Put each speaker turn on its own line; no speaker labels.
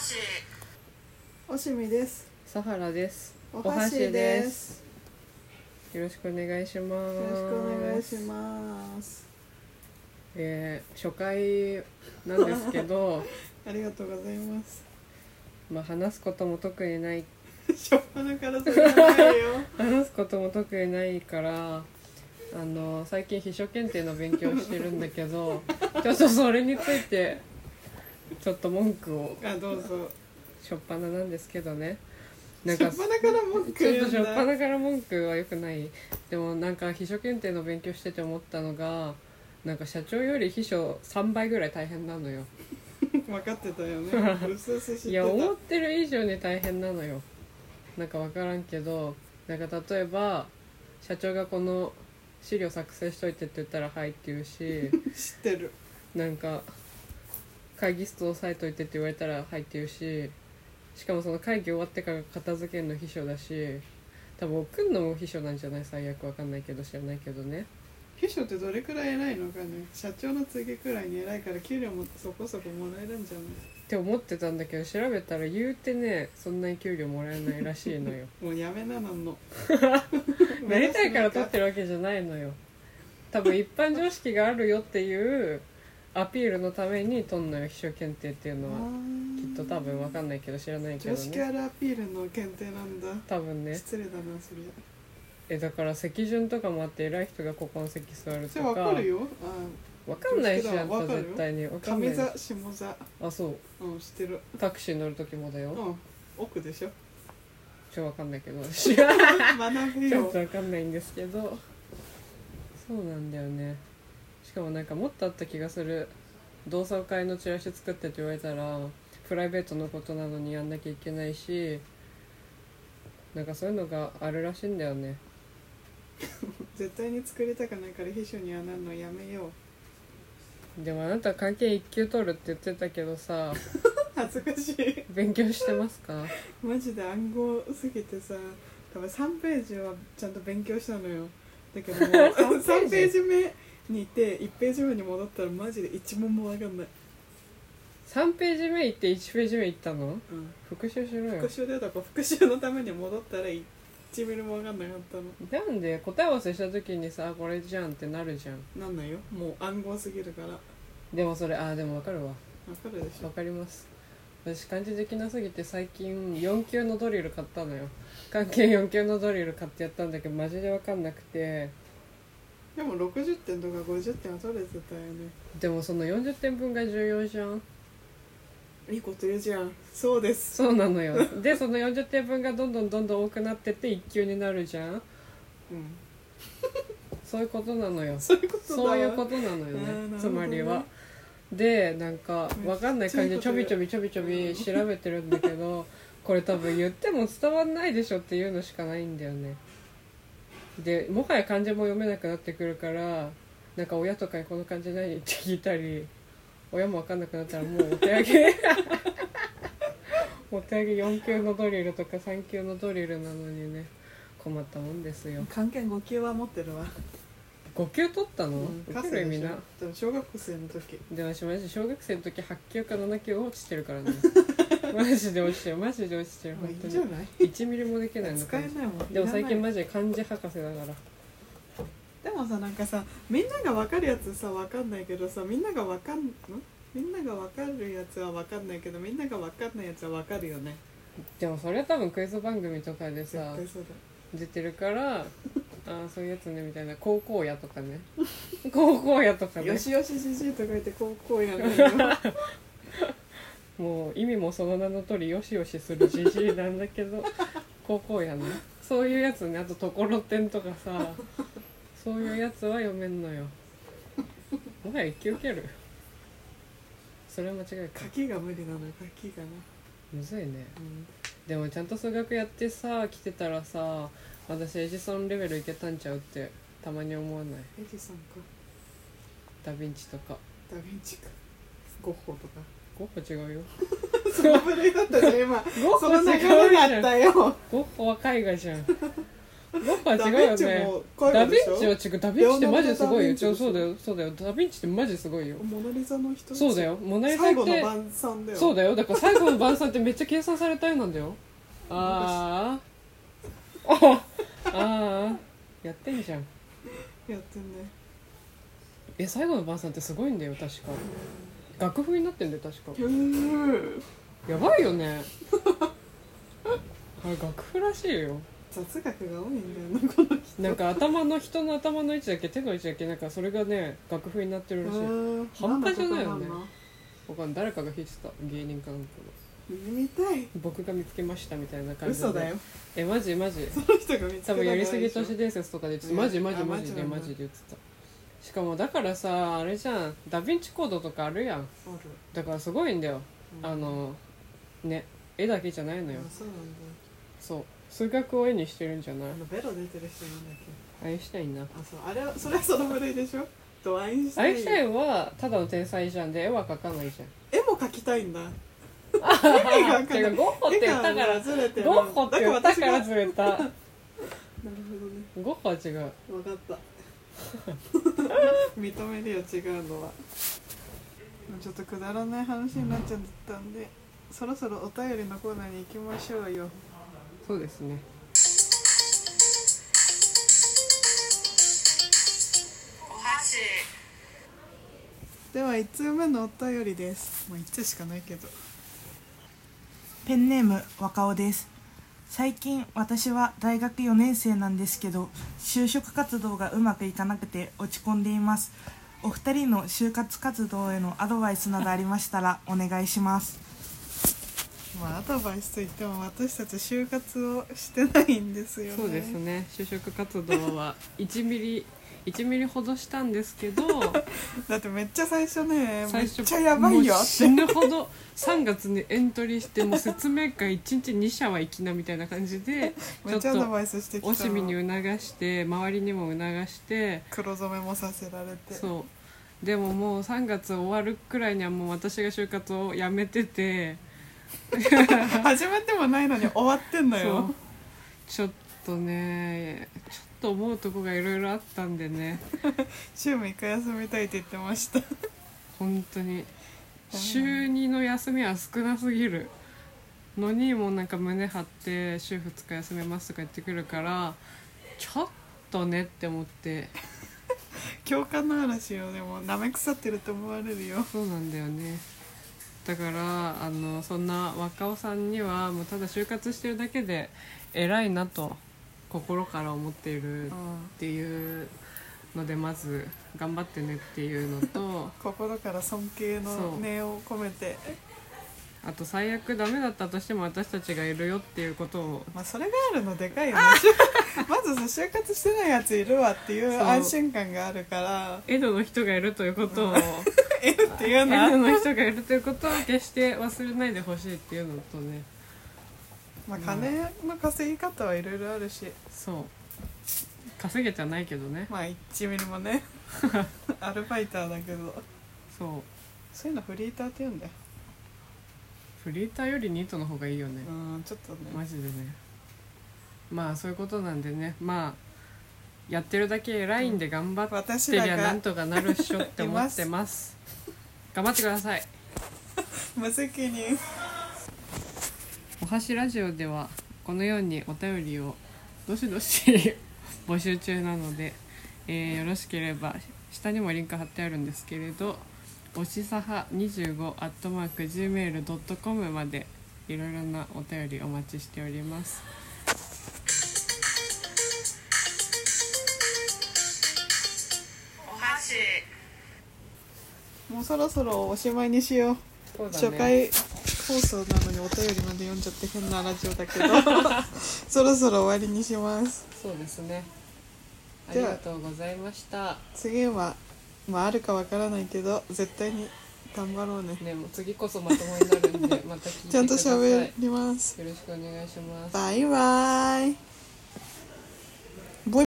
し
おしみです。
サハラです。
おはしで
お箸
す。
です。よろしくお願いします。
よろしくお願いします。
えー初回なんですけど、
ありがとうございます。
まあ話すことも特にない、
しょっぱなからそれじゃないよ。
話すことも特にないから、あの最近秘書検定の勉強をしてるんだけ ど、ちょっとそれについてちょっと文句を
あ、どうぞ。
初っ端なんですけどね。
しょ
な
っ
んか
ぱなから文句
ちょっ
言
と
うん
しょっぱ
だ。
なから文句は良くないでもなんか秘書検定の勉強してて思ったのがなんか社長より秘書3倍ぐらい大変なのよ
分かってたよ ね。うすうす知って
い
た。
や思ってる以上に大変なのよなんか分からんけどなんか例えば社長がこの資料作成しといてって言ったら「はい」って言うし
知ってる。
なんか会議室を押さえといてって言われたら「はい」って言うししかもその会議終わってから片付けるの秘書だし多分送るのも秘書なんじゃない最悪わかんないけど知らないけどね
秘書ってどれくらい偉いのかね。社長の次くらいに偉いから給料もそこそこもらえるんじゃない。
って思ってたんだけど調べたら言うてねそんなに給料もらえないらしい のよ
もうやめななんの。
なりたいから 取ってるわけじゃないのよ多分一般常識があるよっていうアピールのために取んのよ秘書検定っていう
あ
のはき
ー
っと多分わかんないけど知らないけ
常
ど
識
ね
あるアピールの検定なんだ。
多分ね
失礼だなそれ。
えだから席順とかもあって偉い人がここの席座る
そ
と
れ
か
わかるよ。
わかんないしあん
わ
た
かるよ
絶対にわ
あ、
かんな
上
いし
座下座。
あそう
うん、知ってる。
タクシー乗る時もだ
う
よ
ん、奥でし ょ。
ちょっとわかんないけど知らん
学べ
ちょっ
よ
と。わかんないんですけどそうなんだよねしかもなんかもっとあった気がする同窓会のチラシ作ってって言われたらプライベートのことなのにやんなきゃいけないしなんかそういうのがあるらしいんだよね
絶対に作りたくないから秘書にはなるのやめよう。
でもあなた関係1級取るって言ってたけどさ
恥ずかしい。
勉強してますか
マジで暗号すぎてさ、多分3ページはちゃんと勉強したのよ。だけども
三ページ
3ページ目にいて1ページ目に戻ったらマジで1問もわかんない。
3ページ目行って1ページ目行ったの
うん、
復習しろよ
復習でとか復習のために戻ったら1ミリもわかんなかったの。
なんで答え合わせした時にさこれじゃんってなるじゃん
なんないよ。もう暗号すぎるから。わ
でもそれあーでもわかるわ
かるでし
わ
ょ。
かります私漢字できなすぎて最近4級のドリル買ったのよ関係4級のドリル買ってやったんだけどマジで分かんなくて
でも60点とか50点は取れてたよね。
でもその40点分が重要じゃん
いいこと言うじゃん。そうです。
そうなのよ でその40点分がどんどんどんどん多くなってって1級になるじゃ
う
ん
ん。
そういうことなのよ
そういうことだわ
そういうことなのよ
あーなるほど
ね
ね
つまりはでなんか分かんない感じでちょびちょびちょびちょび調べてるんだけどこれ多分言っても伝わんないでしょっていうのしかないんだよねでもはや漢字も読めなくなってくるからなんか親とかにこの漢字何って聞いたり親も分かんなくなったらもうお手上げ お手上げ4級のドリルとか3級のドリルなのにね困ったもんですよ
関係5級は持ってるわ、
5級取った
う
の、
ん、
受ける意味な
でも小学生の時
で私マジ小学生の時8級か7級落ちてるから ねマジで落ちてるマジで落ちてる
まあい
本
いん
当
じゃ
に
ない
1ミリもできないの
使
か
えないもん
でも最近
いらない
マジで漢字博士だから
でもさなんかさみんなが分かるやつさ分かんないけどさみんなが分かんんみんなが分かるやつは分かんないけどみんなが分かんないやつは分かるよね
でもそれは多分クイズ番組とかで
絶
さ
対そう
出てるからああそういうやつねみたいな高校やとかね高校やとか
だ
ね
よしよしじじいとか言って高校や ねんよ
もう意味もその名の通りよしよしするじじいなんだ けど高校やねそういうやつねあとところてんとかさそういうやつは読めんのよもはや一級受けるそれは間違いか
書きが無理なのよ書きがな、
むずいね
うん、
でもちゃんと数学やってさ来てたらさ私エジソンレベルいけたんちゃうってたまに思わない
エジソンか
ダヴィンチとか
ダヴィンチかゴッホとか
ゴッホ違うよ
そのぶりだったじゃん今
ゴッ
そ
ホ
の流
違う
れ
じ
だ
ゃ
っ
ん
たよ
ゴッホは絵画じゃんゴッハ
ダ
違
ヴィ
うよ
ンチ
ね
もこういう
ダ
の
ヴ
でし
ィンチは
ょ
違うダヴィンチってマジですごいよ
レオナルドダヴィンチでしょモナ・リザの人
そうだよそうだよダヴィンチってマジすごいよそうだよモナリザ
最
っ
後の
て
晩餐だよ
そうだよだから最後の晩餐ってめっちゃ計算された絵なんだ よあーあああーやってんじゃん
やってんね
え最後の晩餐ってすごいんだよ確か楽譜になってんだよ確か
うん
やばいよ ねあれ楽譜らしいよ
雑学が多いんだよなこの人
なんか頭の人の頭の位置だけ手の位置だけなんかそれがね楽譜になってるらしい半端じゃないよね他に誰かが弾いてた芸人かなんかの
見たい
僕が見つけましたみたいな感じで
嘘だよ
えマジマジ
その人が見つけた
多分やりすぎ
と
都市伝説とかで言ってたマジマジ
あ
マジで
マ
マ
ジ
ジで言ってたしかもだからさあれじゃんダヴィンチコードとかあるやん
ある
だからすごいんだよあのね絵だけじゃないのよ
あそうなんだ
そう数学を絵にしてるんじゃない
あのベロ出てる人なんだっけ
アインシュタインな
あそうあれはそれはその部類でしょとアインシュ
ア
タイ
イン
ン
シュタインはただの天才じゃんで絵は描かないじゃん
絵も描きたいんだ
て
絵が描かない
かゴッホって言ったから
ずれてる
ゴッホって言った
だ
か
から
ら
私が
ずれた
なるほどね
ゴッホは違う
分かった 認めるよ違うのはちょっとくだらない話になっちゃったんでそろそろお便りのコーナーに行きましょうよ
そうですね
では1通目のお便りですまあ1通しかないけどペンネーム若尾です
最近私は大学4年生なんですけど就職活動がうまくいかなくて落ち込んでいますお二人の就活活動へのアドバイスなどありましたらお願いします
まあアドバイスといっても私たち就活をしてないんですよね
そうですね就職活動は1ミリ1ミリほどしたんですけど
だってめっちゃ最初ね
最初
めっちゃやばいよ
も
っ
う
て
死ぬほど3月にエントリーしてもう説明会1日2社は行きなみたいな感 じで
めっち
ちょ
ゃア
っ
ド
と
バイスしてきた
惜しみに促して周りにも促して
黒染めもさせられて
そうでももう3月終わるくらいにはもう私が就活をやめてて
始めてもないのに終わってんの
そ
よ
うちょっとねちょっと思うとこがいろいろあったんでね
週3日休みたいって言ってました
本当に
うん
週2の休みは少なすぎるのにもうなんか胸張って週2日休めますとか言ってくるからちょっとねって思って
共感の嵐をでもなめ腐ってると思われるよ
そうなんだよねだからあのそんな若尾さんにはもうただ就活してるだけで偉いなと心から思っているっていうのでまず頑張ってねっていうのと
心から尊敬の
そう
念を込めて
あと最悪ダメだったとしても私たちがいるよっていうことを
まあそれがあるのでかいよね まずさ就活してないやついるわっていう
そう
安心感があるから
江戸の人がいるということ を
えっていう
江
のは
戸の人がいるということを決して忘れないでほしいっていうのとね
まあ金の稼ぎ方はいろいろあるし
そう稼げてはないけどね
まあ1ミリも ねアルバイターだけど
そう
そういうのフリーターって言うんだよ
フリーターよりニートの方がいいよね
うんちょっとね
マジでねまあそういうことなんでねまあやってるだけ偉いんで頑張って
私
り
ら
ゃな
が
んとかなるっしょって思ってます頑張ってください
無責任
おはしラジオではこのようにお便りをどしどし 募集中なので、えーよろしければ下にもリンク貼ってあるんですけれどおしさは25 gmail.com までいろいろなお便りお待ちしております
もうそろそろおしまいにしよう初回放送なのにお便りまで読んじゃって変なラジオだ けどそろそろ終わりにします
そうですねあ
じ
り
ゃあ
がとうございました
次はまああるかわからないけど絶対に頑張ろうね
ねもう次こそまと もになるんでまた聞いてください
ちゃんと喋ります
よろしくお願いします
バイバイ